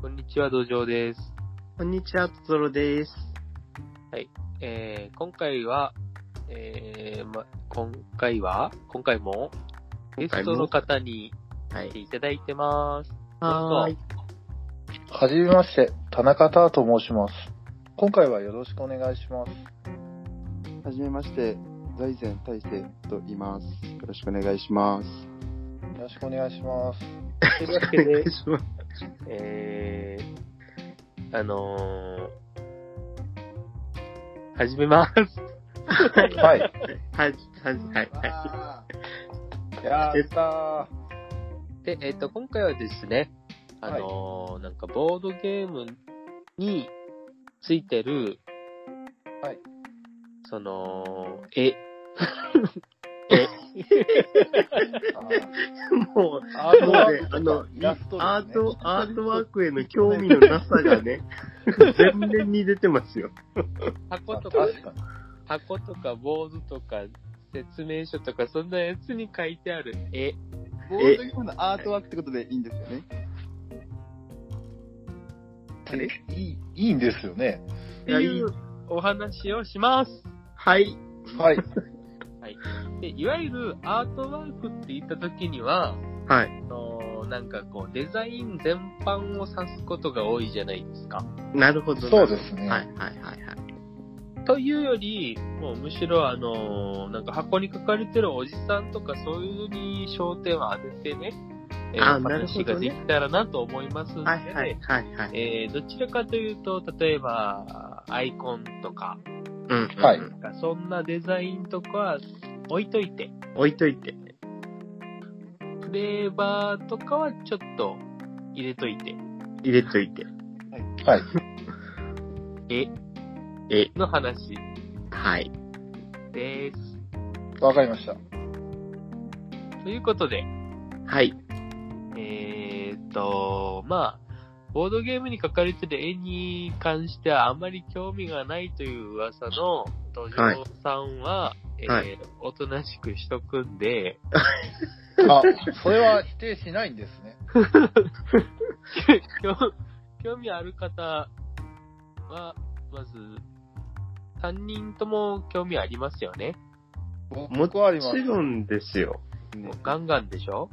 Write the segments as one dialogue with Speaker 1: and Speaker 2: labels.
Speaker 1: こんにちは、土壌です。
Speaker 2: こんにちは、トトロです。
Speaker 1: えー、今回は、えー、ま、今回は、今回も、ゲス
Speaker 2: 今回も
Speaker 1: トの方に
Speaker 2: は
Speaker 1: 来て。いただいてます。
Speaker 2: はーい。
Speaker 3: はじめまして、田中ターと申します。今回はよろしくお願いします。
Speaker 4: はじめまして、財前大成と言います。よろしくお願いします。
Speaker 3: よろしくお願いします。
Speaker 1: というわ
Speaker 2: お
Speaker 1: け
Speaker 2: 願
Speaker 1: で
Speaker 2: い、します。
Speaker 1: えー、あのー、始めます。
Speaker 3: はい。
Speaker 2: はい、はい、はい、は
Speaker 3: やったー。
Speaker 1: で、えっ、と、今回はですね、あのーなんかボードゲームについてる、
Speaker 3: はい。
Speaker 1: その、絵、
Speaker 2: い。もう、
Speaker 3: あー
Speaker 2: もうね、あの、
Speaker 3: イラスト
Speaker 2: ア
Speaker 3: です
Speaker 2: ー
Speaker 3: ね
Speaker 2: ト、アートワークへの興味のなさがね、全面に出てますよ。
Speaker 1: 箱
Speaker 3: あ
Speaker 1: とか、
Speaker 3: 確かに
Speaker 1: 箱とかボードとか説明書とか、そんなやつに書いてある絵。
Speaker 4: ボードゲームのアートワークってことでいいんですよね。
Speaker 2: あれ
Speaker 3: いい、いいんですよね。
Speaker 1: っていうお話をします。
Speaker 2: はい。
Speaker 3: はい。
Speaker 1: で、いわゆるアートワークって言った時には、
Speaker 2: はい。
Speaker 1: あのーなんかこう、デザイン全般を指すことが多いじゃないですか。
Speaker 2: なるほど。
Speaker 3: そうですね。
Speaker 2: はい、はい、はい、はい。
Speaker 1: というより、もうむしろあのーなんか箱に書かれてるおじさんとかそういうのに焦点を当ててね、えー
Speaker 2: あーなるほ
Speaker 1: 話が
Speaker 2: ど
Speaker 1: で
Speaker 2: ね
Speaker 1: きたらなと思いますんで、
Speaker 2: はい、はい、はい、はい。
Speaker 1: えーどちらかというと、例えば、アイコンとか、
Speaker 2: うん。
Speaker 3: はい
Speaker 2: うん
Speaker 1: なんかそんなデザインとかは置いといて、
Speaker 2: 置いといて。
Speaker 1: フレーバーとかはちょっと入れといて、
Speaker 2: 入れといて。
Speaker 3: はい。
Speaker 1: 絵
Speaker 2: え、
Speaker 1: の話
Speaker 2: はい。
Speaker 1: です。
Speaker 3: わかりました。
Speaker 1: ということで、
Speaker 2: はい。
Speaker 1: えーっと、まあ、ボードゲームに書かれてる絵に関してはあまり興味がないという噂の土壌さんは、えー
Speaker 2: はい
Speaker 1: おとなしくしとくんで、
Speaker 3: あ、それは否定しないんですね。
Speaker 1: 興興味ある方は、まず、3人とも興味ありますよね。
Speaker 2: もち
Speaker 3: 僕はあります。
Speaker 2: ろんですよ。
Speaker 1: もうガンガンでしょ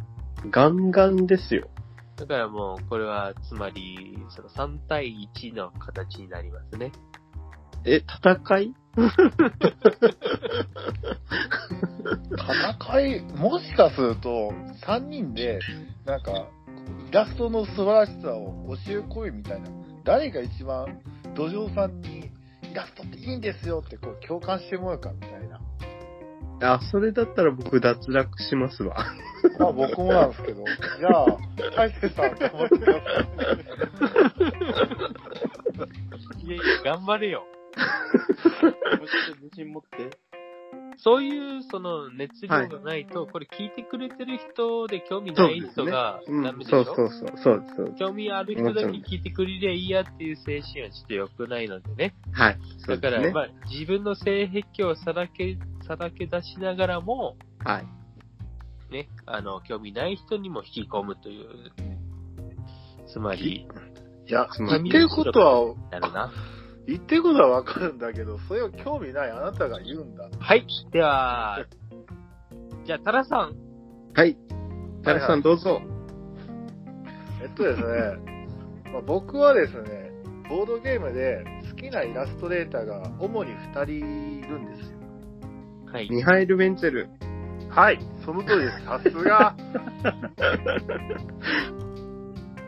Speaker 2: ガンガンですよ。
Speaker 1: だからもう、これは、つまり、その3対1の形になりますね。
Speaker 2: え、戦い
Speaker 3: 戦い、もしかすると、3人で、なんか、イラストの素晴らしさを教え込いみたいな、誰が一番、土壌さんに、イラストっていいんですよって、こう、共感してもらうかみたいな。
Speaker 2: あ、それだったら僕脱落しますわ。
Speaker 3: まあ、僕もなんですけど、じゃあ、大勢さん、頑張ってください。
Speaker 1: いやいや、頑張れよ。
Speaker 4: 自信持って。
Speaker 1: そういうその熱量がないと、これ聞いてくれてる人で興味ない人が
Speaker 2: うん
Speaker 1: ダメでし
Speaker 2: そ
Speaker 1: ょ、
Speaker 2: うそうそう。そうですそうです。
Speaker 1: 興味ある人だけ聞いてくれりゃいいやっていう精神はちょっと良くないのでね。
Speaker 2: はい。そう
Speaker 1: だ
Speaker 2: で
Speaker 1: か
Speaker 2: す
Speaker 1: ら、
Speaker 2: ね。
Speaker 1: まあ、自分の性癖をさらけ、さらけ出しながらも、
Speaker 2: はい。
Speaker 1: ね、あの、興味ない人にも引き込むという、つまり、
Speaker 3: いや、
Speaker 2: つま
Speaker 3: 言
Speaker 2: り
Speaker 3: ってることは、
Speaker 1: なるな。
Speaker 3: 言ってることはわかるんだけど、それを興味ないあなたが言うんだ。
Speaker 1: はい。では、じゃあ、タラさん。
Speaker 2: はい。タラさんどうぞ。
Speaker 3: えっとです ね、まあ、僕はですね、ボードゲームで好きなイラストレーターが主に2人いるんですよ。
Speaker 1: はい。
Speaker 2: ミハイル・ベンツェル。
Speaker 3: はい、その通りです。さす が。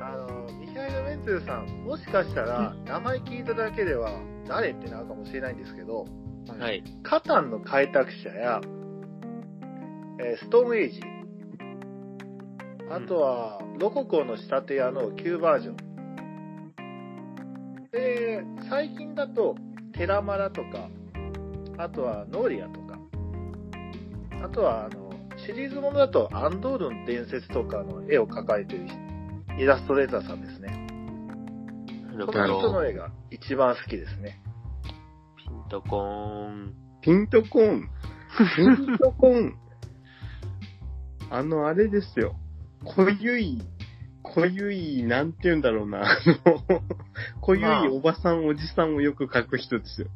Speaker 3: あの、ミヒャイル・メンツェルさん、もしかしたら、名前聞いただけでは、誰ってなるかもしれないんですけど、
Speaker 1: はい。
Speaker 3: カタンの開拓者や、えーストーンエイジ、あとは、ロココの仕立て屋の旧バージョン。で、最近だと、テラマラとか、あとはノーリアとか、あとは、あの、シリーズものだと、アンドールの伝説とかの絵を描かれてるイラストレーターさんですね。こ
Speaker 1: なる
Speaker 3: の
Speaker 1: ほ
Speaker 3: 人
Speaker 1: ど
Speaker 3: の絵が一番好きですね。
Speaker 1: ピンとこーん。
Speaker 2: ピントコーン。ピン トコーン。あの、あれですよ。濃ゆい濃ゆい、なんて言うんだろうな、あ の、濃ゆい
Speaker 3: まあ
Speaker 2: おばさん、おじさんをよく書く人ですよ。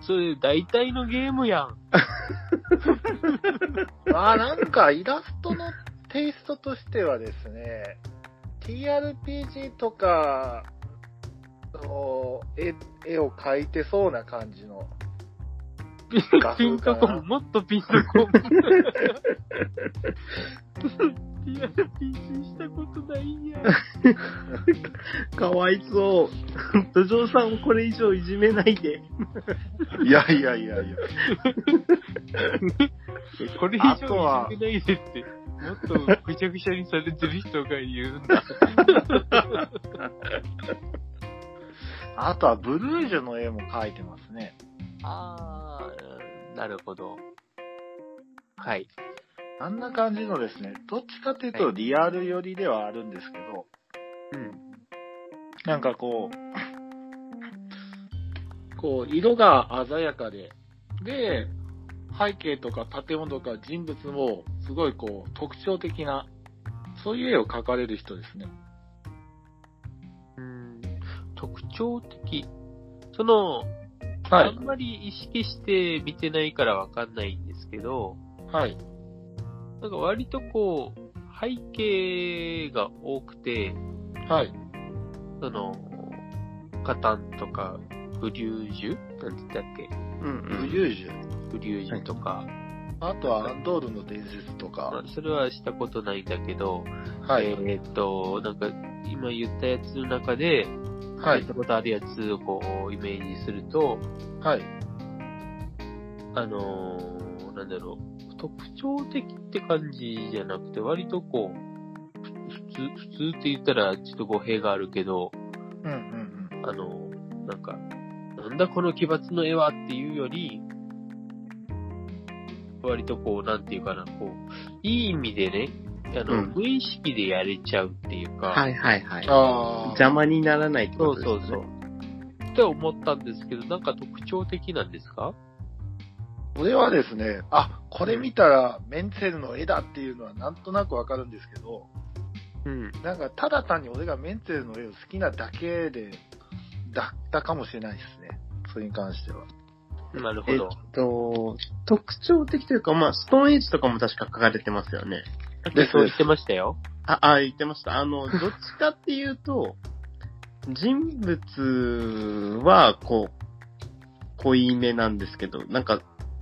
Speaker 1: それ、大体のゲームやん。
Speaker 3: まあなんかイラストのテイストとしてはですね、TRPG とかの絵絵を描いてそうな感じの画
Speaker 1: ピ
Speaker 3: 風
Speaker 1: ンと
Speaker 3: か
Speaker 1: こん、
Speaker 3: な。
Speaker 1: もっとピンとこん。TRPG したことないんや。
Speaker 2: かわいそう。土壌さんをこれ以上いじめないで。
Speaker 3: いやいやいやいや。
Speaker 1: これ以上いじめないでって。もっとぐちゃぐちゃにされてる人が言うんだ。
Speaker 3: あとはブルージュの絵も描いてますね。
Speaker 1: あー、なるほど。はい。
Speaker 3: あんな感じのですね、どっちかというとリアル寄りではあるんですけど、
Speaker 2: うん。
Speaker 3: なんかこう、こう、色が鮮やかで、で、背景とか建物とか人物も、すごいこう、特徴的な、そういう絵を描かれる人ですね。
Speaker 1: うん特徴的。その、
Speaker 3: は
Speaker 1: あ
Speaker 3: い
Speaker 1: ん。まり意識して見てないからわかんないんですけど、
Speaker 3: はい。
Speaker 1: なんか割とこう、背景が多くて、
Speaker 3: はい。
Speaker 1: その、カタンとか、ブリュージュなんて言ったっけ
Speaker 2: うん、
Speaker 3: ブリュージュ。
Speaker 1: ブリュージュとか、
Speaker 3: あとはアンドールの伝説とか。
Speaker 1: それはしたことないんだけど、
Speaker 3: は
Speaker 1: え
Speaker 3: い。
Speaker 1: ーっと、なんか今言ったやつの中で、
Speaker 3: は
Speaker 1: やっ
Speaker 3: い
Speaker 1: た。ことあるやつをこうイメージすると、
Speaker 3: はい。
Speaker 1: あのーなんだろう、特徴的って感じじゃなくて、割とこう、ふ普通、普通って言ったらちょっと語弊があるけど、
Speaker 3: うんうん
Speaker 1: あのーなんか、なんだこの奇抜の絵はっていうより、割とこう、なんていうかな、こう、いい意味でね、あの、
Speaker 2: うん
Speaker 1: 無意識でやれちゃうっていうか、
Speaker 2: はいはいはい。
Speaker 3: あ
Speaker 2: 邪魔にならないって
Speaker 1: そ
Speaker 2: こ
Speaker 1: う
Speaker 2: とです
Speaker 1: そ
Speaker 2: ね。
Speaker 1: うそう。って思ったんですけど、なんか特徴的なんですか
Speaker 3: これはですね、あ、これ見たらメンツェルの絵だっていうのはなんとなくわかるんですけど、
Speaker 1: うん。
Speaker 3: なんか、ただ単に俺がメンツェルの絵を好きなだけで、だったかもしれないですね。それに関しては。
Speaker 1: なるほ
Speaker 2: えっ
Speaker 1: ど。
Speaker 2: と、特徴的というか、まあ、ストーンエイジとかも確か書かれてますよね。
Speaker 1: で、そう言ってましたよ。
Speaker 2: あ、あ、言ってました。あ の、どっちかっていうと、人物は、こう、濃いめなんですけど、なんか、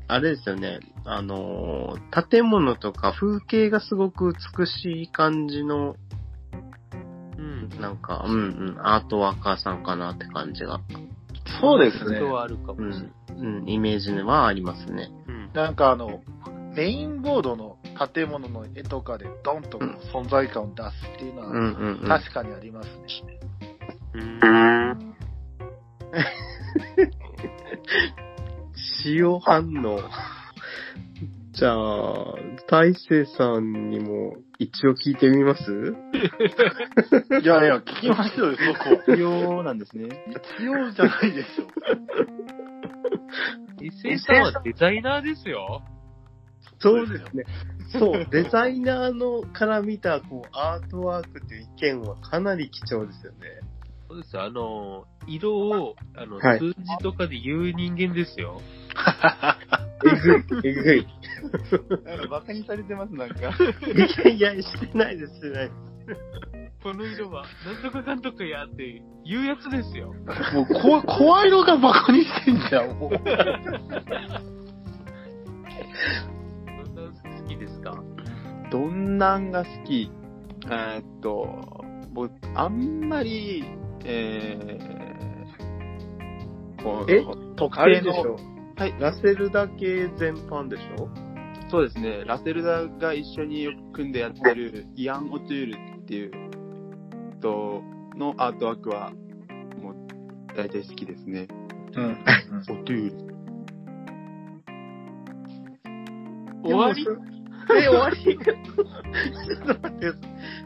Speaker 2: あれですよね、あのー、建物とか風景がすごく美しい感じの、
Speaker 1: うん。
Speaker 2: なんか、うんうん、アートワーカーさんかなって感じが、
Speaker 3: そうです
Speaker 1: こ
Speaker 3: ね
Speaker 1: と。はあるかもしれ
Speaker 2: う
Speaker 1: ない。
Speaker 2: ん、うん、イメージはありますね。
Speaker 1: うん
Speaker 3: なんかあの、メインボードの建物の絵とかでドンとこう存在感を出すっていうの
Speaker 2: う
Speaker 3: は、
Speaker 2: んうん、うん。
Speaker 3: 確かにありますね。
Speaker 1: うん。
Speaker 2: 塩反応。じゃあ、大勢さんにも一応聞いてみます
Speaker 3: いやいや、聞きましょうよ、そこ。
Speaker 4: 必要なんですね。
Speaker 3: 必要じゃないでし ょ。
Speaker 1: 伊勢さんはデザイナーですよ。
Speaker 2: そうですね。そう、デザイナーのから見たこうアートワークという意見はかなり貴重ですよね。
Speaker 1: そうですよ。あの、色を、あの、
Speaker 2: はい
Speaker 1: 数字とかで言う人間ですよ。
Speaker 2: えぐい、えぐい。
Speaker 4: なんかバカにされてます、なんか。
Speaker 2: いやいや、してないです、してないで
Speaker 1: この色は、なんとかかんとかやって言うやつですよ。
Speaker 3: もう、こ、 怖いのがバカにしてんじゃん、もう。
Speaker 1: そんなの好きですか
Speaker 4: どんなんが好きえーっと、僕、あんまり、えー、こう、
Speaker 2: え
Speaker 4: 特
Speaker 2: す。あれ
Speaker 4: 定
Speaker 2: でし
Speaker 4: の、
Speaker 2: ょ
Speaker 4: はい
Speaker 2: ラセルだけ全般でしょ
Speaker 4: そうですね、ラセルダが一緒によく組んでやってる、イアン・オトゥールっていう、と、のアートワークは、もう、大体好きですね。
Speaker 3: うん。
Speaker 2: オトゥール。
Speaker 1: 終わり
Speaker 2: でもそ れえ、終わりちょっと待ってください。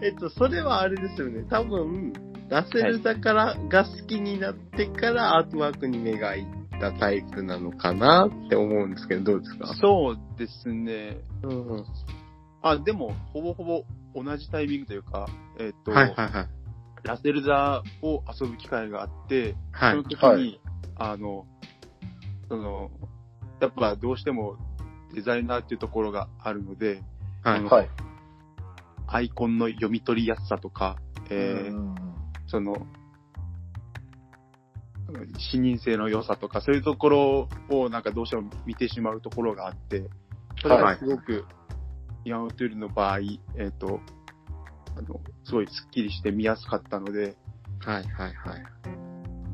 Speaker 2: えっと、それはあれですよね。多分、ラセルザから、が好きになってからアートワークに目がいったタイプなのかなって思うんですけど、どうですか
Speaker 4: そうですね。
Speaker 2: うん。
Speaker 4: あ、でも、ほぼほぼ同じタイミングというか、えっと、
Speaker 2: はいはいはい。
Speaker 4: ラセルダを遊ぶ機会があって、
Speaker 2: は
Speaker 4: そ
Speaker 2: い
Speaker 4: の。時に、
Speaker 3: はい
Speaker 4: あの、その、やっぱどうしてもデザイナーっていうところがあるので、
Speaker 2: は
Speaker 4: あ
Speaker 2: い
Speaker 4: の。
Speaker 3: はい。
Speaker 4: アイコンの読み取りやすさとか、えー
Speaker 3: うん
Speaker 4: その、視認性の良さとか、そういうところをなんかどうしても見てしまうところがあって、それがすごく、イアン・オトゥールの場合、えっ、と、あの、すごいスッキリして見やすかったので、
Speaker 2: はいはいはい。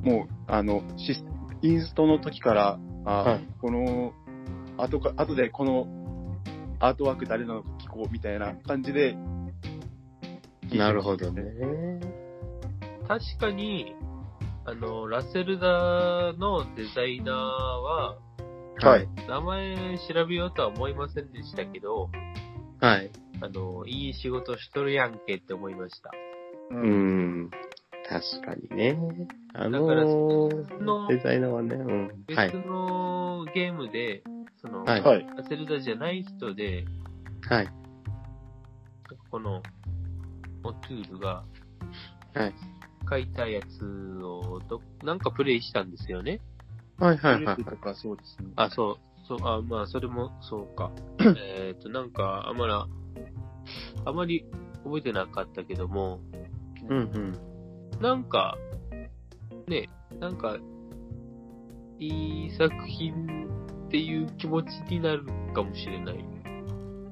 Speaker 4: もう、あの、シスインストの時から、あ
Speaker 2: はい
Speaker 4: この、後か、後でこの、アートワーク誰なのか聞こうみたいな感じで、
Speaker 2: なるほどね。
Speaker 1: 確かに、あの、ラセルダのデザイナーは、
Speaker 3: はい。
Speaker 1: 名前調べようとは思いませんでしたけど、
Speaker 2: はい。
Speaker 1: あの、いい仕事しとるやんけって思いました。
Speaker 3: う
Speaker 2: う。ん。確かにね。あの
Speaker 1: その
Speaker 2: ー、デザイナーはね、うん。はい
Speaker 1: 別。のゲームで、その、
Speaker 2: はい。
Speaker 3: はい。
Speaker 1: ラセルダじゃない人で、
Speaker 2: はい。
Speaker 1: この、オトゥールが、
Speaker 2: はい。
Speaker 1: 書いたやつをど、なんかプレイしたんですよね。
Speaker 2: はいはいはい
Speaker 4: テレビとかそうですね。
Speaker 1: あ、そう、そう、あ、まあ、それも、そう か。えっと、なんか、あまら、あまり覚えてなかったけども、
Speaker 2: うんうん。
Speaker 1: なんか、ね、なんか、いい作品っていう気持ちになるかもしれない。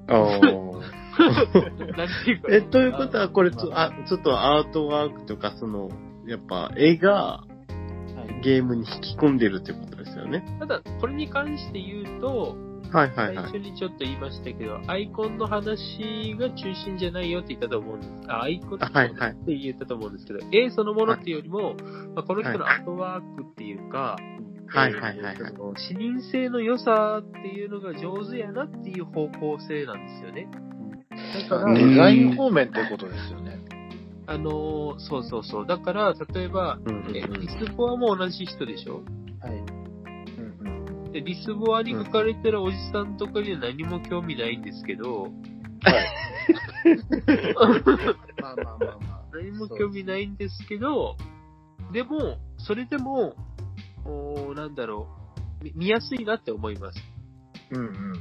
Speaker 2: あー
Speaker 1: なんていうか。
Speaker 2: え、ということは、これちょ、
Speaker 1: ま
Speaker 2: あ、ちょっとアートワークとか、その、やっぱ、絵がゲームに引き込んでるってことですよね。
Speaker 1: ただ、これに関して言うと、
Speaker 2: はいは
Speaker 1: 最
Speaker 2: いはい。
Speaker 1: 初にちょっと言いましたけど、アイコンの話が中心じゃないよって言ったと思うんです。あ、アイコンの
Speaker 2: あ
Speaker 1: 話
Speaker 2: はい
Speaker 1: っ
Speaker 2: はい
Speaker 1: て言ったと思うんですけど、絵そのものっていうよりも、まあ、この人のアートワークっていうか、
Speaker 2: はいはいはい
Speaker 1: えー
Speaker 2: はい。
Speaker 1: その視認性の良さっていうのが上手やなっていう方向性なんですよね。だから、
Speaker 2: ね
Speaker 3: デザイン方面ってことですよね。
Speaker 1: あのーそうそうそう。だから、例えば、
Speaker 2: うんうん
Speaker 1: えリ
Speaker 2: う
Speaker 1: スボアも同じ人でしょ
Speaker 3: うん
Speaker 1: でリスボアに書かれてるおじさんとかには何も興味ないんですけど、
Speaker 3: うん。まあまあまあまあ。
Speaker 1: 何も興味ないんですけど、でも、それでも、おーなんだろう、み見やすいなって思います。
Speaker 3: うん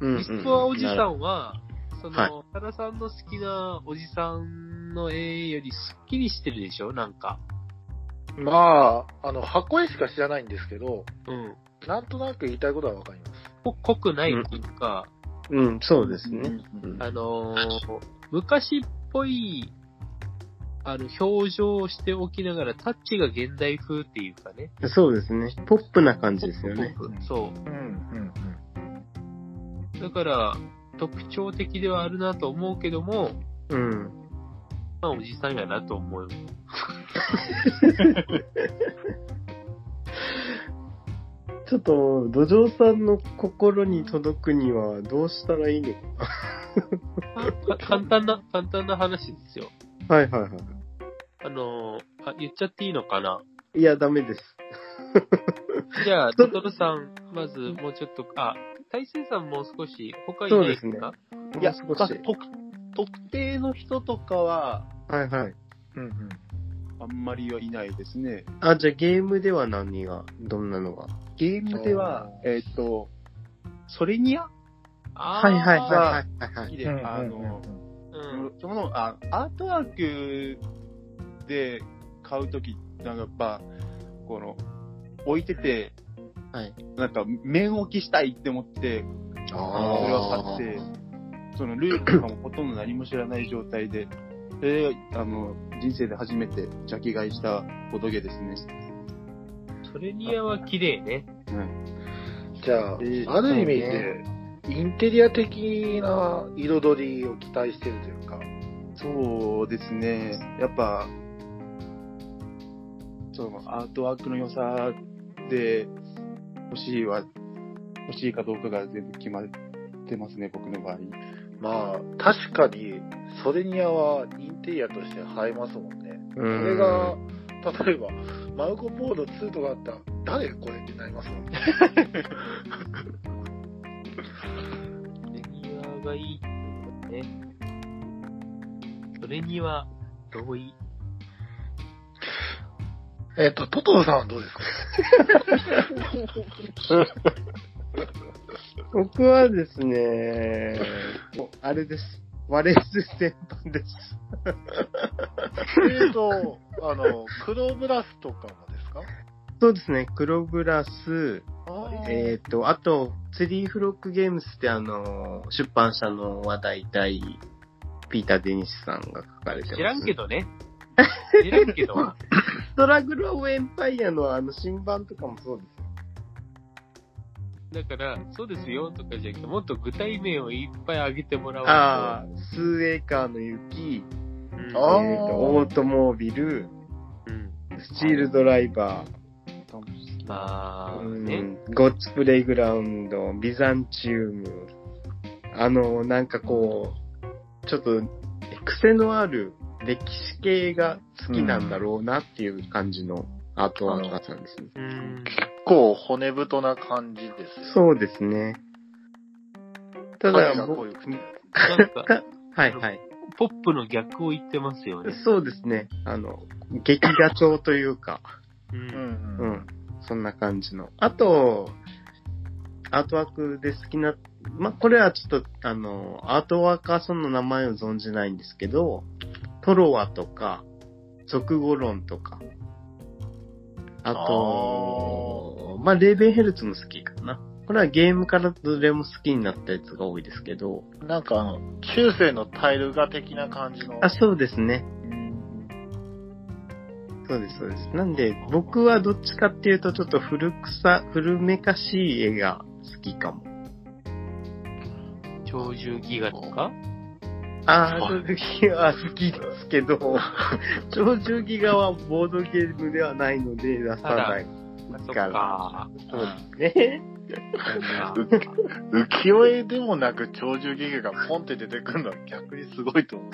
Speaker 3: うん。
Speaker 2: ん。
Speaker 1: リスコアおじ
Speaker 2: う
Speaker 1: さ
Speaker 2: んうん
Speaker 1: んは、そ
Speaker 2: はい
Speaker 1: の、原さんの好きなおじさんの絵よりスッキリしてるでしょなんか。
Speaker 3: まあ、あの、箱絵しか知らないんですけど、
Speaker 1: うん。
Speaker 3: なんとなく言いたいことはわかります。
Speaker 1: こ濃くないっていうか、
Speaker 2: うん、そうですね。うん
Speaker 1: あのー昔っぽい、あの、表情をしておきながら、タッチが現代風っていうかね。
Speaker 2: そうですね。ポップな感じですよね。
Speaker 1: ポップそう。
Speaker 3: うんうん
Speaker 1: だから、特徴的ではあるなと思うけども、
Speaker 2: うん。
Speaker 1: まあ、おじさんやなと思う。
Speaker 2: ちょっと、土壌さんの心に届くにはどうしたらいいの
Speaker 1: か簡単な、簡単な話ですよ。
Speaker 2: か。はいはいは。
Speaker 1: あのーあ、言っちゃっていいのかない
Speaker 2: いや、ダメです。
Speaker 1: じゃあ、トトロさん、まずもうちょっと、あ、大勢さんもう少し、他いないです
Speaker 2: そうですね
Speaker 1: か
Speaker 3: うん。いや、
Speaker 2: もう
Speaker 3: か特特定の人とかは、
Speaker 2: はいはい。
Speaker 3: うんうん。
Speaker 4: あんまりはいないですね。
Speaker 2: あ、じゃあゲームでは何が、どんなのが。
Speaker 4: ゲームでは、えっ、と、ソレニア
Speaker 1: あー
Speaker 2: はいはいはいはいはい。
Speaker 4: で、あの、
Speaker 1: うん。
Speaker 4: そのあ、アートワークで買うとき、なんかやっぱ、この、置いてて、
Speaker 2: はい
Speaker 4: なんか、面置きしたいって思って、それを買って、そのルールとかもほとんど何も知らない状態で、それが、あの、人生で初めてジャケ買いしたボドゲですね。
Speaker 1: トレニアは綺麗ね。
Speaker 3: じゃあ、
Speaker 4: えー
Speaker 3: ある意味で、インテリア的な彩りを期待してるというか、
Speaker 4: そうですね。やっぱ、そのアートワークの良さで欲しいは、欲しいかどうかが全部決まってますね、僕の場合。
Speaker 3: まあ、確かに、ソレニアはインテリアとして映えますもんね。
Speaker 2: そ
Speaker 3: それが、例えば、マウコ・ポード2とかあったら、誰これってなりますもんね。
Speaker 1: トレニアがいい。それには同意。
Speaker 3: えっ、と、トトロさんはどうですか
Speaker 2: 僕はですね、もうあれです。割れず全般です。
Speaker 3: えっと、あの、クロブラスとかもですか
Speaker 2: そうですね、黒ブラス、
Speaker 3: あ
Speaker 2: えっ、と、あと、ツリーフロックゲームスってあの、出版社の話題大、ピーター・デニスさんが書かれてます、
Speaker 1: 知らんけ。ど ね。知らんけど。
Speaker 2: ストラグル・オブ・エンパイアのあの、新版とかもそうですよ。
Speaker 1: だから、そうですよとかじゃなくて、もっと具体名をいっぱい挙げてもらおうと。
Speaker 2: ああ、スーエーカーの雪、
Speaker 1: うん、
Speaker 2: え
Speaker 3: あー
Speaker 2: ーと、オートモービル、
Speaker 1: うん
Speaker 2: スチールドライバ
Speaker 1: ま
Speaker 2: ー、
Speaker 1: あ、
Speaker 2: うん
Speaker 1: ね。
Speaker 2: ゴッツプレイグラウンド、ビザンチウム、あの、なんかこう、ちょっと癖のある歴史系が好きなんだろうなっていう感じのアートワークだったんですね。
Speaker 1: うん。
Speaker 3: 結構骨太な感じですよ。
Speaker 2: そうですね。た
Speaker 3: 影
Speaker 2: だ、
Speaker 3: が
Speaker 2: 僕
Speaker 3: こういう感じ
Speaker 1: なんか、
Speaker 2: はいはい。
Speaker 1: ポップの逆を言ってますよね。
Speaker 2: そうですね。あの、劇画調というか、
Speaker 1: う。
Speaker 3: うん
Speaker 2: う
Speaker 3: んうん。
Speaker 2: ん。そんな感じの。あと、アートワークで好きな、まあ、これはちょっと、あの、アートワーカーさんの名前を存じないんですけど、トロワとか、俗語論とか、あと、まあ、レーベンヘルツも好きかな。これはゲームからどれも好きになったやつが多いですけど、
Speaker 3: なんかあの、中世のタイル画的な感じの。
Speaker 2: あ、そうですね。
Speaker 3: うん
Speaker 2: そうです、そうです。なんで、僕はどっちかっていうと、ちょっと古臭、古めかしい絵が好きかも。
Speaker 1: 鳥獣ギガとか
Speaker 2: あー、そういう時は好きですけど、鳥獣ギガはボードゲームではないので出さない。
Speaker 1: あそっか。
Speaker 2: そうですね。
Speaker 1: なんか
Speaker 3: 浮世絵でもなく鳥獣戯画がポンって出てくるのは逆にすごいと 思う。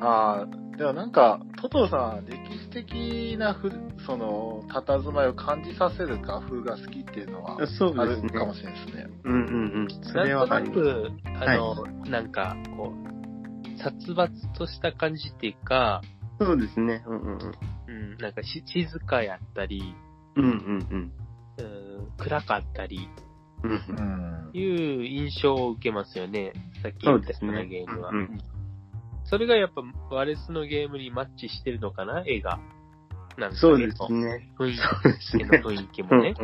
Speaker 3: ああ、でもなんか、トトロさん、歴史的なふ、その、佇まいを感じさせる画風が好きっていうのは、
Speaker 2: そう
Speaker 3: あ
Speaker 2: です
Speaker 3: る
Speaker 2: ね。
Speaker 3: かもしれないですね。
Speaker 2: うんうんうん。それ
Speaker 1: な
Speaker 2: は
Speaker 1: んとな
Speaker 2: あり
Speaker 1: く、あの、なんか、こう、殺伐とした感じっていうか、
Speaker 2: そうですね。うんうんうん。
Speaker 1: うん、なんかし静かやったり、
Speaker 2: うんうん
Speaker 1: うん、暗かったり、
Speaker 2: うん。うんう
Speaker 3: うんん。
Speaker 1: いう印象を受けますよね。さっき
Speaker 2: そ
Speaker 1: 言
Speaker 2: う
Speaker 1: っ
Speaker 2: で
Speaker 1: た
Speaker 2: す
Speaker 1: ような
Speaker 2: ね。
Speaker 1: ゲームは。
Speaker 2: うんうん
Speaker 1: それがやっぱ、ワレスのゲームにマッチしてるのかな絵が。なんかね
Speaker 2: そうですね。
Speaker 1: こう雰囲
Speaker 2: そうです
Speaker 1: 気
Speaker 2: ね
Speaker 1: 絵。の雰囲気
Speaker 2: う
Speaker 1: も
Speaker 2: ん
Speaker 1: ね。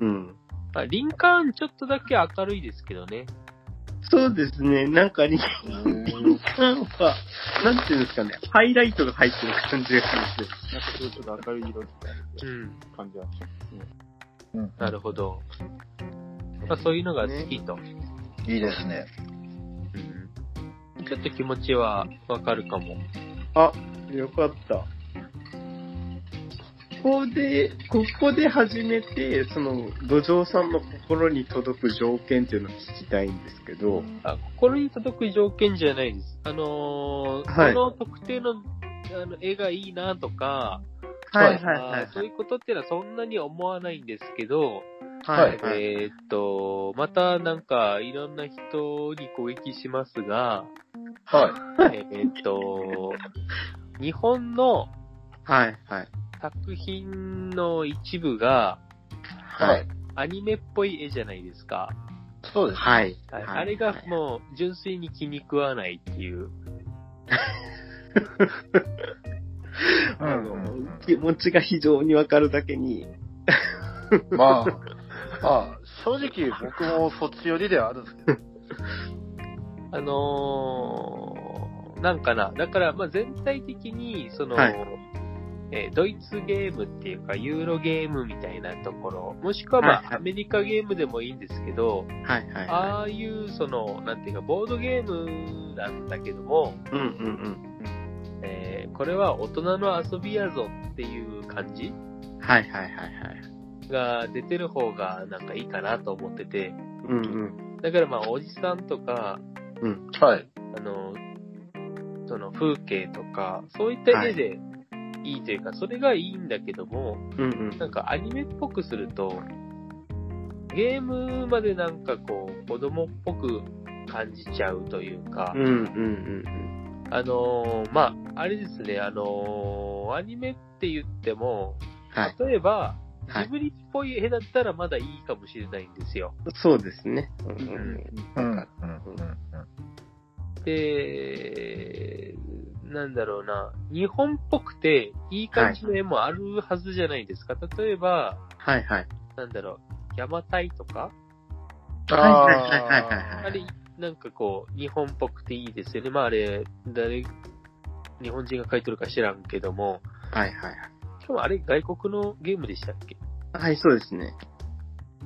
Speaker 2: うん。うん。
Speaker 1: あ、リンカーンちょっとだけ明るいですけどね。
Speaker 2: そうですね。なんかリンなんか、なんていうんですかね、ハイライトが入ってる感じがするんですよ。
Speaker 4: なんかそういうちょっと明るい色って
Speaker 1: うん。
Speaker 4: 感じは。
Speaker 3: うん
Speaker 1: なるほど。まあ、そういうのが好きと。
Speaker 3: いいですね。
Speaker 1: うんちょっと気持ちはわかるかも。
Speaker 2: よかった。ここで、ここで始めて、その、土壌さんの心に届く条件っていうのを聞きたいんですけど、
Speaker 1: あ、心に届く条件じゃないです。あのー
Speaker 2: はい
Speaker 1: その特定のあの絵がいいなとか、
Speaker 3: はい
Speaker 1: あーそういうことっていうのはそんなに思わないんですけど、
Speaker 2: はい
Speaker 3: い
Speaker 2: はい。
Speaker 1: えーっと、またなんかいろんな人に攻撃しますが、
Speaker 3: は
Speaker 1: えーっと、日本の
Speaker 2: はいはい。
Speaker 1: 作品の一部が
Speaker 3: い。
Speaker 2: は
Speaker 3: はいい。。
Speaker 1: アニメっぽい絵じゃないですか。
Speaker 3: そうです。
Speaker 2: はい。
Speaker 1: はいあれがもう純粋に気に食わないっていう。
Speaker 2: あの
Speaker 3: うんうんうん
Speaker 2: 気持ちが非常にわかるだけに、
Speaker 3: まあ、まあ、正直僕もそっち寄りではあるんですけど。
Speaker 1: あのー、なんかな。だから、まあ全体的に、その、
Speaker 2: はい
Speaker 1: えードイツゲームっていうか、ユーロゲームみたいなところ、もしくはまあ、
Speaker 2: はいはい
Speaker 1: アメリカゲームでもいいんですけど、
Speaker 2: はいはいは
Speaker 1: ああいう、その、なんていうか、ボードゲームなんだけども、
Speaker 2: い。うんうん
Speaker 1: えーこれは大人の遊びやぞっていう感じ
Speaker 2: うん。はいはいはいはい。
Speaker 1: が出てる方がなんかいいかなと思ってて、
Speaker 2: うんうん。
Speaker 1: だからまあ、おじさんとか、
Speaker 3: はい。
Speaker 1: あの、その風景とか、そういった絵でいいというか、それがいいんだけども、
Speaker 2: うんうん。
Speaker 1: なんかアニメっぽくすると、ゲームまでなんかこう、子供っぽく感じちゃうというか、
Speaker 2: うんうん
Speaker 1: あのーまあ、あれですね、あのーアニメって言っても、
Speaker 2: はい
Speaker 1: 例えば、
Speaker 2: はい
Speaker 1: ジブリっぽい絵だったらまだいいかもしれないんですよ。
Speaker 2: うん。そうですね。うんうん
Speaker 3: うん。うん。
Speaker 1: で、なんだろうな、日本っぽくていい感じの絵もあるはずじゃないですか。例えば、
Speaker 2: はいはい。
Speaker 1: なんだろう、邪馬台とか、
Speaker 2: はいはいはいはいはい
Speaker 1: あれ、なんかこう、日本っぽくていいですよね。まああれ、誰、日本人が描いてるか知らんけども、
Speaker 2: はいはい
Speaker 1: しかもあれ外国のゲームでしたっけ
Speaker 2: はい。はい、そうですね。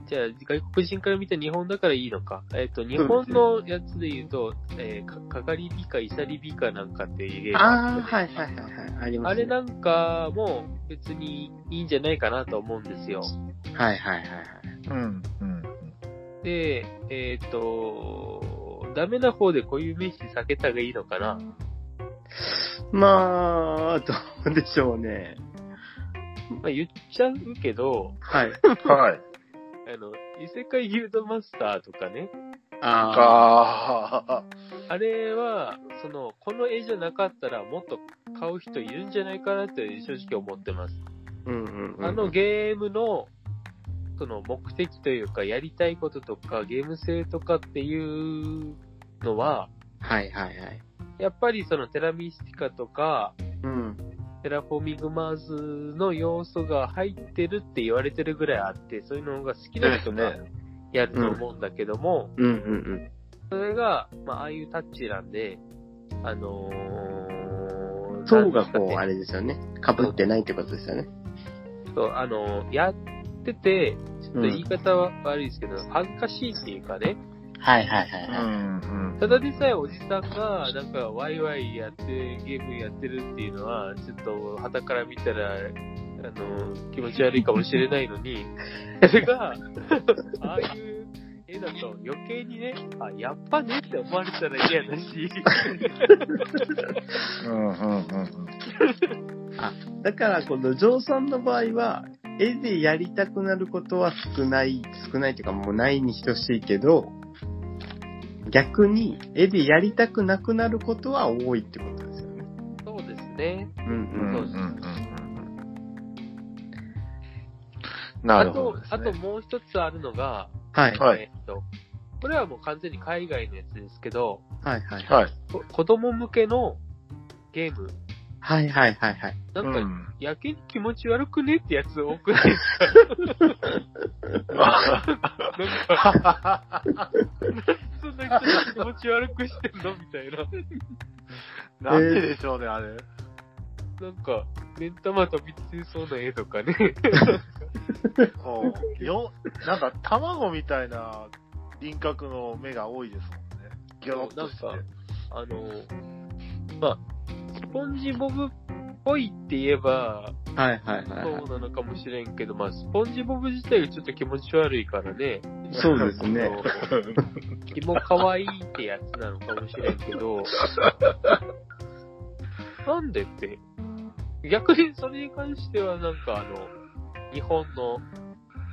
Speaker 1: じゃあ、外国人から見た日本だからいいのか。えっ、と、日本のやつで言うと、えー、か、かがりびか、いさりびかなんかっていうゲーム
Speaker 2: ああ、
Speaker 1: った
Speaker 2: はい
Speaker 1: じゃ
Speaker 2: は
Speaker 1: ないい
Speaker 2: は
Speaker 1: で
Speaker 2: い
Speaker 1: すか
Speaker 2: はい。ありま
Speaker 1: あ
Speaker 2: すね。
Speaker 1: れなんかも別にいいんじゃないかなと思うんですよ。
Speaker 2: はいはいはい
Speaker 3: うん。うん。
Speaker 1: で、えっ、と、ダメな方でこういう名詞避けた方がいいのかな。
Speaker 2: まあ、どうでしょうね。
Speaker 1: まあ、言っちゃうけど、
Speaker 2: はい。
Speaker 3: はい。
Speaker 1: あの、異世界ギルドマスターとかね、
Speaker 2: あ
Speaker 3: ああ。
Speaker 1: あれは、その、この絵じゃなかったらもっと買う人いるんじゃないかなって正直思ってます。
Speaker 2: ーうんうんうん。
Speaker 1: あのゲームの、その目的というか、やりたいこととか、ゲーム性とかっていうのは、
Speaker 2: はいはいはい。
Speaker 1: やっぱりそのテラミスティカとか、
Speaker 2: うん。
Speaker 1: テラフォーミングマーズの要素が入ってるって言われてるぐらいあって、そういうのが好きな人が
Speaker 3: ね。
Speaker 1: やると思うんだけども、
Speaker 2: うんうん
Speaker 1: それが、まあ、ああいうタッチなんで、あの
Speaker 2: う
Speaker 1: ー、
Speaker 2: ん。層
Speaker 1: なんで
Speaker 2: がこ
Speaker 1: すかね
Speaker 2: う、あれですよね。被ってないってことですよね。
Speaker 1: そう、あのーやってて、ちょっと言い方は悪いですけど、恥ずかしいっていうかね、
Speaker 2: はいはいは
Speaker 3: う
Speaker 2: いはい。
Speaker 3: ん。うん。
Speaker 1: ただでさえおじさんが、なんか、ワイワイやって、ゲームやってるっていうのは、ちょっと、旗から見たら、あのー気持ち悪いかもしれないのに、 それが、 ああいう絵だと余計にね、あ、やっぱねって思われたら嫌だし、
Speaker 3: うん。うん。
Speaker 2: だから、このジョーさんの場合は、絵でやりたくなることは少ない、少ないというかもうないに等しいけど、逆に絵でやりたくなくなることは多いってことですよね。
Speaker 1: そうですね。
Speaker 2: うんうん。
Speaker 1: そうです
Speaker 3: な
Speaker 1: あ
Speaker 3: る
Speaker 1: と
Speaker 3: ほど、です
Speaker 1: あと
Speaker 3: ね。
Speaker 1: もう一つあるのが、
Speaker 2: はい。はい
Speaker 3: はい
Speaker 1: えっと、これはもう完全に海外のやつですけど、
Speaker 2: はいはい。
Speaker 3: はい。
Speaker 1: こ子供向けのゲーム、
Speaker 2: はいはいはいはい。
Speaker 1: なん
Speaker 3: う
Speaker 1: か、
Speaker 3: ん
Speaker 1: やけに気持ち悪くねってやつ多くないですかなんか、そんな人に気持ち悪くしてんのみたいな。
Speaker 4: なんででしょうね、あれ。
Speaker 1: なんか、目ん玉飛びついそうな絵とかね。
Speaker 3: そうよ、なんか卵みたいな輪郭の目が多いですもんね。ギョロッとして。
Speaker 1: なんかあの、まあ、スポンジボブっぽいって言えば、
Speaker 2: はいはいはいはい。
Speaker 1: そうなのかもしれんけど、まあ、スポンジボブ自体がちょっと気持ち悪いからね。
Speaker 2: そうですね。
Speaker 1: 気も可愛いってやつなのかもしれんけど、 なんでって。逆にそれに関してはなんかあの、日本の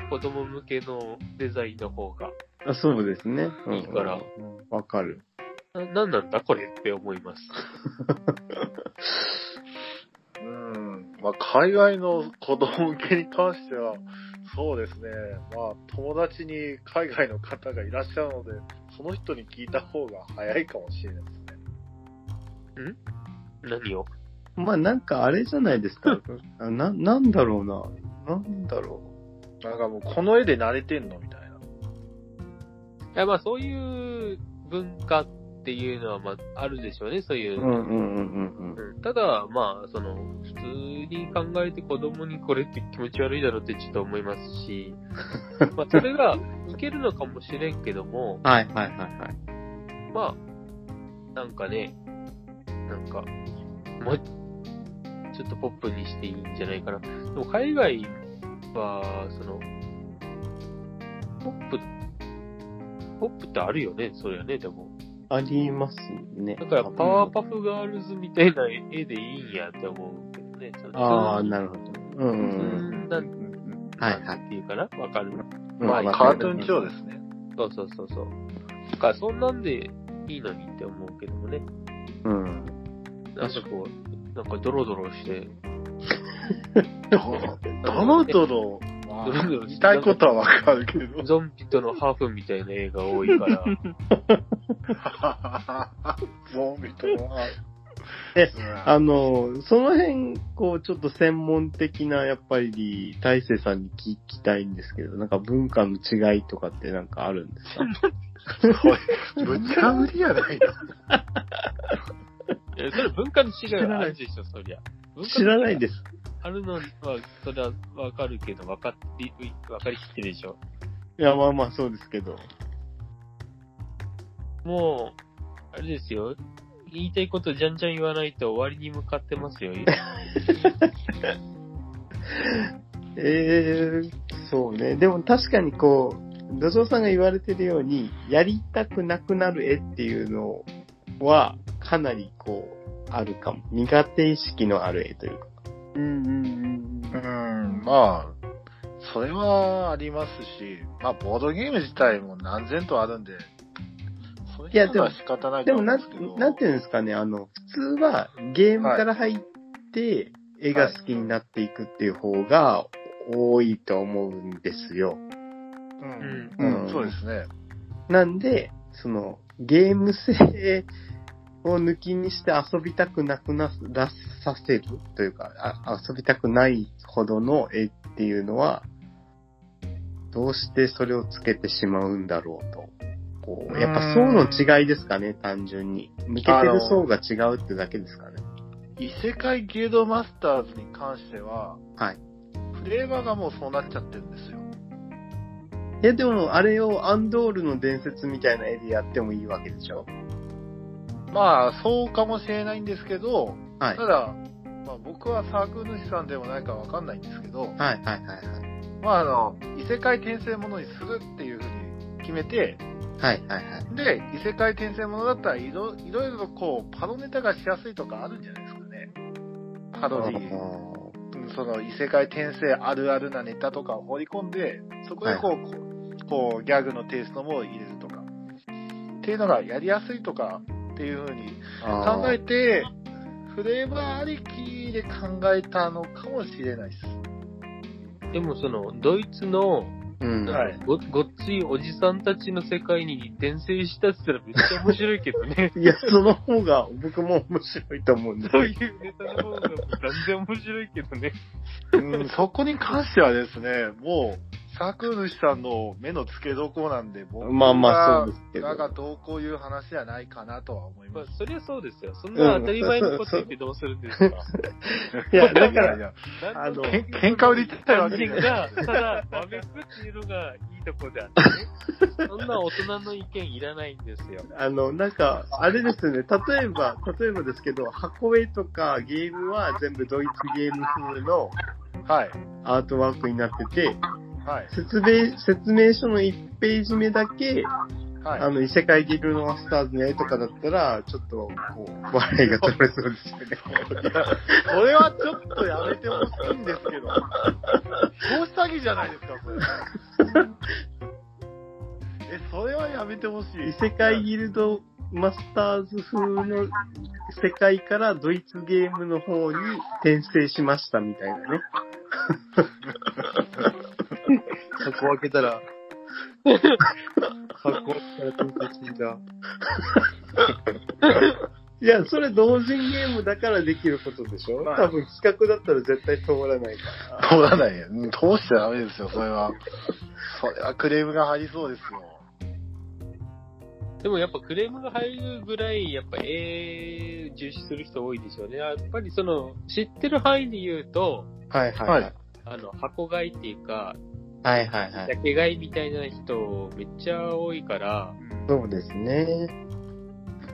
Speaker 1: 子供向けのデザインの方が、
Speaker 2: あそうですね。うん
Speaker 1: いいから
Speaker 2: うんわかる。
Speaker 1: な、なんなんだこれって思います。
Speaker 3: うん。まあ、海外の子供向けに関しては、そうですね。まあ、友達に海外の方がいらっしゃるので、その人に聞いた方が早いかもしれないですね。
Speaker 1: 何を。
Speaker 2: まあなんかあれじゃないですか。あな、なんだろうな。なんだろ。
Speaker 3: なんかもう、この絵で慣れてんのみたいな。
Speaker 1: いや、まあそういう文化っていうのはまああるでしょうね、そういうう
Speaker 2: うんうんうんうんうん。
Speaker 1: ただ、まあ、その、普通に考えて子供にこれって気持ち悪いだろうってちょっと思いますし、まあ、それが受けるのかもしれんけども、
Speaker 2: はいはいはいはい。
Speaker 1: まあ、なんかね、なんか、もう、ちょっとポップにしていいんじゃないかな。でも海外は、その、ポップ、ポップってあるよね、それはね、でも。
Speaker 2: ありますね。
Speaker 1: だから、パワーパフガールズみたいな絵でいいんやって思うけどね。その
Speaker 2: ああ、なるほど。うん
Speaker 1: う
Speaker 2: うんうん。
Speaker 1: ん、なん
Speaker 2: はいは
Speaker 1: ないんていうかなわかる。
Speaker 2: うん。
Speaker 1: まあ
Speaker 2: わか
Speaker 1: カー
Speaker 2: る
Speaker 3: トゥーン調ですね。
Speaker 1: そうそうそうそう。だからそんなんでいいのにって思うけどもね。
Speaker 2: うん。
Speaker 1: なんかこう、なんかドロドロして、
Speaker 3: ドロドロ、ま
Speaker 1: ドロドロ
Speaker 3: あ、
Speaker 1: して
Speaker 3: 言いたいことはわかるけ ど。
Speaker 1: ゾンビとのハーフみたいな映画多い から、
Speaker 3: ゾンビとは。
Speaker 2: え
Speaker 3: うん、
Speaker 2: あの、その辺、こう、ちょっと専門的な、やっぱり、大勢さんに聞きたいんですけど、なんか文化の違いとかってなんかあるんですか
Speaker 3: むちゃぶりやないの。
Speaker 1: えそれ文化の違いはあるでしょ、そりゃ。文化の違
Speaker 2: 知らない
Speaker 1: で。
Speaker 2: です。
Speaker 1: あるのは、それはわかるけど、わかり、わかりきってるでしょ。
Speaker 2: いや、まあまあ、そうですけど。
Speaker 1: もう、あれですよ。言いたいことじゃんじゃん言わないと終わりに向かってますよ。
Speaker 2: ええそうね。でも確かにこう、土壌さんが言われてるように、やりたくなくなる絵っていうのは、かなりこう、あるかも。苦手意識のある絵というか。
Speaker 4: うんうんうんうん。
Speaker 3: うん、まあ、それはありますし、まあ、ボードゲーム自体も何千とあるんで、それ
Speaker 2: いや
Speaker 3: は仕方ない
Speaker 2: でも
Speaker 3: と思
Speaker 2: な
Speaker 3: うんんですけど。、
Speaker 2: なんていうんですかね、あの、普通はゲームから入って、絵が好きになっていくっていう方が多いと思うんですよ。
Speaker 3: うん、
Speaker 2: うん
Speaker 3: そうですね。
Speaker 2: なんで、その、ゲーム性を抜きにして遊びたくなくならさせるというかあ、遊びたくないほどの絵っていうのは、どうしてそれをつけてしまうんだろうと。こう、やっぱ層の違いですかね、単純に。抜けてる層が違うってだけですかね。
Speaker 3: 異世界ゲードマスターズに関しては、
Speaker 2: はい。
Speaker 3: フレーバーがもうそうなっちゃってるんですよ。
Speaker 2: いや、でも、あれをアンドールの伝説みたいな絵でやってもいいわけでしょ
Speaker 3: まあ、そうかもしれないんですけど、
Speaker 2: はい。
Speaker 3: た
Speaker 2: はい、
Speaker 3: だ、まあ、僕はサークル主さんでもないからわかんないんですけど、
Speaker 2: はい、はいはい。
Speaker 3: まあ、あの、異世界転生ものにするっていうふうに決めて、
Speaker 2: はい、はい、はい。
Speaker 3: で、異世界転生ものだったらいろ、いろいろとこう、パロネタがしやすいとかあるんじゃないですかね。パロディ、うんその異世界転生あるあるなネタとかを放り込んで、そこでこう、こうこうギャグのテイストも入れるとか。っていうのがやりやすいとかっていうふうに
Speaker 2: あー
Speaker 3: 考えて、フレーバーありきで考えたのかもしれないです。
Speaker 1: でもその、ドイツの、
Speaker 2: うん。。
Speaker 3: はい
Speaker 1: ごごっついおじさんたちの世界に転生したって言ったらめっちゃ面白いけどね
Speaker 2: いや、その方が僕も面白いと思うんです
Speaker 1: そういうネタの方が断然面白いけどね。
Speaker 3: うん、そこに関してはですね、もう、サークル主さんの目の付けどころなんで、僕
Speaker 2: まあまあそうですけど
Speaker 3: らがどうこういう話じゃないかなとは思 い
Speaker 1: まあ
Speaker 3: ます。、
Speaker 1: そりゃそうですよ。そんな当たり前のこと言ってどうするんですか。
Speaker 2: いや、だか
Speaker 3: い
Speaker 2: ら、
Speaker 3: やい
Speaker 1: な
Speaker 2: あ
Speaker 1: んと
Speaker 2: の
Speaker 3: やけん喧嘩を言ってたわ
Speaker 1: 感
Speaker 3: け
Speaker 1: じ
Speaker 3: じ ゃない
Speaker 1: が、ただ、わめくっていうのがいいとこであって ね。そんな大人の意見いらないんですよ。
Speaker 2: あの、なんか、あれですね、例えば、例えばですけど、箱絵とかゲームは全部ドイツゲーム風の
Speaker 3: はい。
Speaker 2: アートワークになってて、
Speaker 3: はい。
Speaker 2: 説明、説明書の1ページ目だけ、
Speaker 3: はい。
Speaker 2: あの、異世界ギルドマスターズの絵とかだったら、ちょっと、こう、笑いが取れそうですよね。
Speaker 3: これはちょっとやめてほしいんですけど。投資詐欺じゃないですか、それ。 え、それはやめてほしい。
Speaker 2: 異世界ギルドマスターズ風の世界からドイツゲームの方に転生しましたみたいなね。
Speaker 4: 箱開けたら、箱開けたら飛んで死んだ。
Speaker 2: いや、それ同人ゲームだからできることでしょ、
Speaker 3: はい
Speaker 2: 多分企画だったら絶対通らないから。
Speaker 3: 通らないよ。うん通しちゃダメですよ、それは。それはクレームが入りそうですよ。
Speaker 1: でもやっぱクレームが入るぐらい、やっぱええ重視する人多いでしょうね。やっぱりその、知ってる範囲で言うと、
Speaker 2: はいはいはい。
Speaker 1: あの、箱買いっていうか、
Speaker 2: はいはいはい。
Speaker 1: 焼け買いみたいな人めっちゃ多いから、
Speaker 2: そうですね。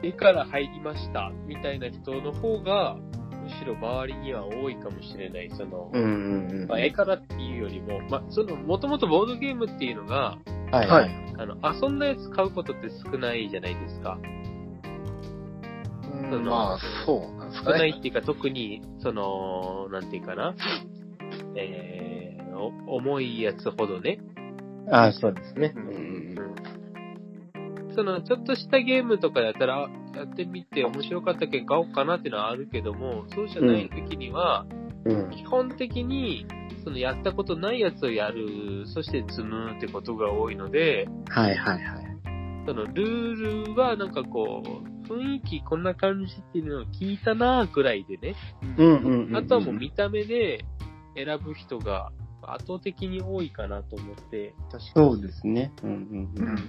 Speaker 1: 絵から入りましたみたいな人の方が、むしろ周りには多いかもしれない。その、
Speaker 2: うんうんうん。
Speaker 1: まあ、絵からっていうよりも、まあ、その、もともとボードゲームっていうのが、
Speaker 2: はい
Speaker 3: は
Speaker 2: はい。
Speaker 1: あの、遊んだやつ買うことって少ないじゃないですか。
Speaker 3: うんまあ、そうなんです
Speaker 1: 少
Speaker 3: か
Speaker 1: ない
Speaker 3: ね。
Speaker 1: っていうか、特に、その、なんていうかな、えー、お重いやつほどね、
Speaker 2: ああ、そうですね。
Speaker 3: うん
Speaker 2: うんうん
Speaker 1: その、ちょっとしたゲームとかやったら、やってみて面白かったけん買おうかなっていうのはあるけども、そうじゃない時には、
Speaker 2: うん。
Speaker 1: 基本的に、そのやったことないやつをやる、そして積むってことが多いので、
Speaker 2: はいはいはい。
Speaker 1: そのルールはなんかこう、雰囲気こんな感じっていうのを聞いたなぐらいでね、
Speaker 2: うんうんうん。
Speaker 1: あとはもう見た目で選ぶ人が圧倒的に多いかなと思って、
Speaker 2: そうですね。うんうん
Speaker 3: う
Speaker 2: うん。
Speaker 3: んうん。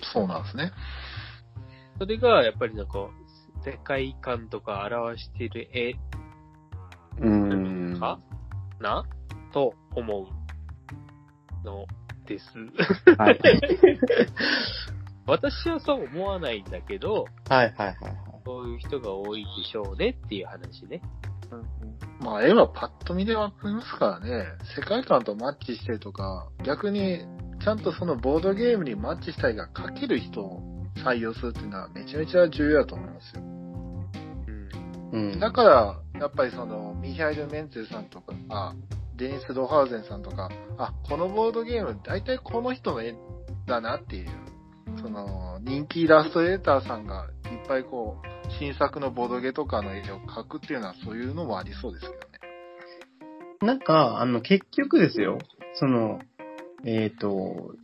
Speaker 3: そうなんですね。
Speaker 1: それがやっぱりなんか、世界観とか表している絵
Speaker 2: うん。
Speaker 1: か、なと思うのです。
Speaker 2: はい。
Speaker 1: 私はそう思わないんだけど、
Speaker 2: はいはいはいはい。
Speaker 1: そういう人が多いでしょうねっていう話ね。
Speaker 3: まあ、絵はパッと見でわかりますからね。世界観とマッチしてとか、逆に、ちゃんとそのボードゲームにマッチしたいが描ける人を採用するっていうのはめちゃめちゃ重要だと思いますよ。
Speaker 1: うん。
Speaker 2: うん。
Speaker 3: だから、やっぱりその、ミヒャイル・メンツェさんとか、あ、デニス・ロハウゼンさんとか、あ、このボードゲーム、大体この人の絵だなっていう、その、人気イラストレーターさんがいっぱいこう、新作のボードゲとかの絵を描くっていうのはそういうのもありそうですけどね。
Speaker 2: なんか、あの、結局ですよ、その、えっ、と、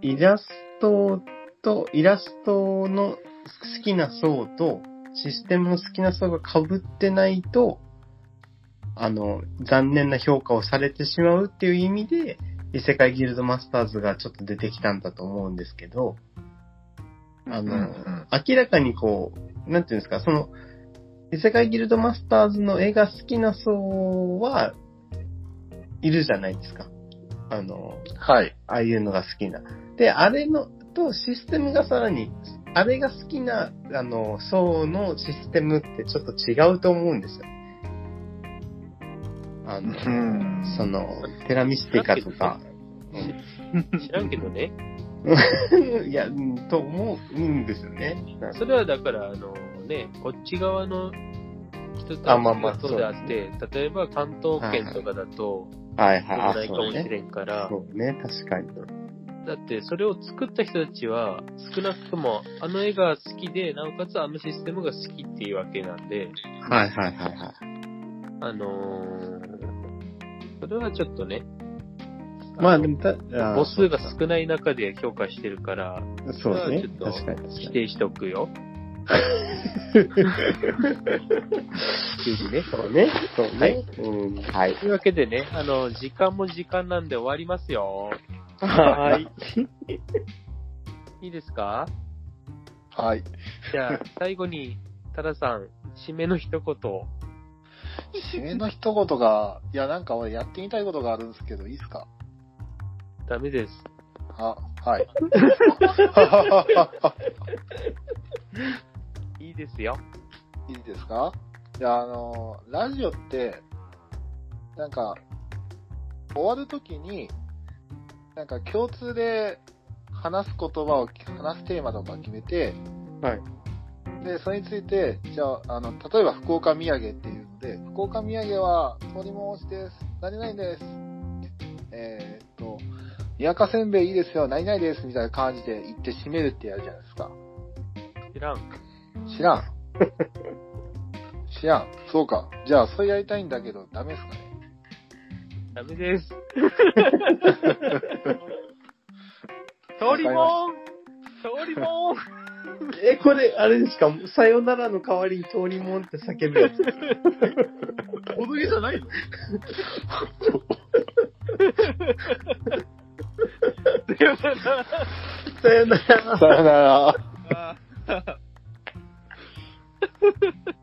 Speaker 2: イラストと、イラストの好きな層と、システムの好きな層が被ってないと、あの、残念な評価をされてしまうっていう意味で、異世界ギルドマスターズがちょっと出てきたんだと思うんですけど、あの、
Speaker 3: うんうん
Speaker 2: 明らかにこう、なんていうんですか、その、異世界ギルドマスターズの絵が好きな層は、いるじゃないですか。あの、
Speaker 3: はい。
Speaker 2: ああいうのが好きな。で、あれの、とシステムがさらに、あれが好きな、あの、層のシステムってちょっと違うと思うんですよ。あの、その、テラミスティカとか、
Speaker 1: 知らんけどね。
Speaker 2: いや、うんと思うんですよね。なんか
Speaker 1: それはだから、あのね、こっち側の人たち
Speaker 2: あまあまあ
Speaker 1: がそうであって、例えば関東圏とかだと、
Speaker 2: はい
Speaker 1: そう
Speaker 2: はい、あ、
Speaker 1: ないか
Speaker 2: そ
Speaker 1: も
Speaker 2: う
Speaker 1: し
Speaker 2: ね。
Speaker 1: れんから、
Speaker 2: そうね、確かに。
Speaker 1: だってそれを作った人たちは、少なくともあの絵が好きで、なおかつあのシステムが好きっていうわけなんで、
Speaker 2: はいはいはいはい。
Speaker 1: あのーそれはちょっとね、
Speaker 2: まあ
Speaker 1: の
Speaker 2: でもた、
Speaker 1: 母数が少ない中で評価してるから、
Speaker 2: そう ですね。
Speaker 1: まあちょっ
Speaker 2: 確
Speaker 1: と
Speaker 2: かに確か
Speaker 1: 否
Speaker 2: に。
Speaker 1: 定しておくよ。
Speaker 2: そうね。そうね。
Speaker 1: はい
Speaker 2: うん、はい。
Speaker 1: というわけでね、あの、時間も時間なんで終わりますよ。
Speaker 2: はい。
Speaker 1: いいですか
Speaker 3: はい。
Speaker 1: じゃあ、最後に、タラさん、締めの一言を。
Speaker 3: 締めの一言が、いや、なんか俺やってみたいことがあるんですけど、いいですか
Speaker 1: ダメです。
Speaker 3: あ、はい。
Speaker 1: いいですよ。
Speaker 3: いいですかいや、あの、ラジオって、なんか、終わるときに、なんか共通で話す言葉を、話すテーマとか決めて、
Speaker 2: はい。
Speaker 3: で、それについて、じゃあ、あの、例えば福岡土産っていうので、福岡土産は、鶏も押しです。何々です。えーっと、宮かせんべいいいですよ。何々です。みたいな感じで言って締めるってやるじゃないですか。
Speaker 1: 知らん。
Speaker 3: 知らん。知らん。そうか。じゃあ、それやりたいんだけど、ダメですかね。
Speaker 1: ダメです。通りもん通りもん
Speaker 2: え、これ、あれですかさよならの代わりに通りもんって叫ぶやつ。
Speaker 4: ボドゲじゃないの
Speaker 1: さよなら
Speaker 2: さよなら。
Speaker 3: さよなら。
Speaker 1: あー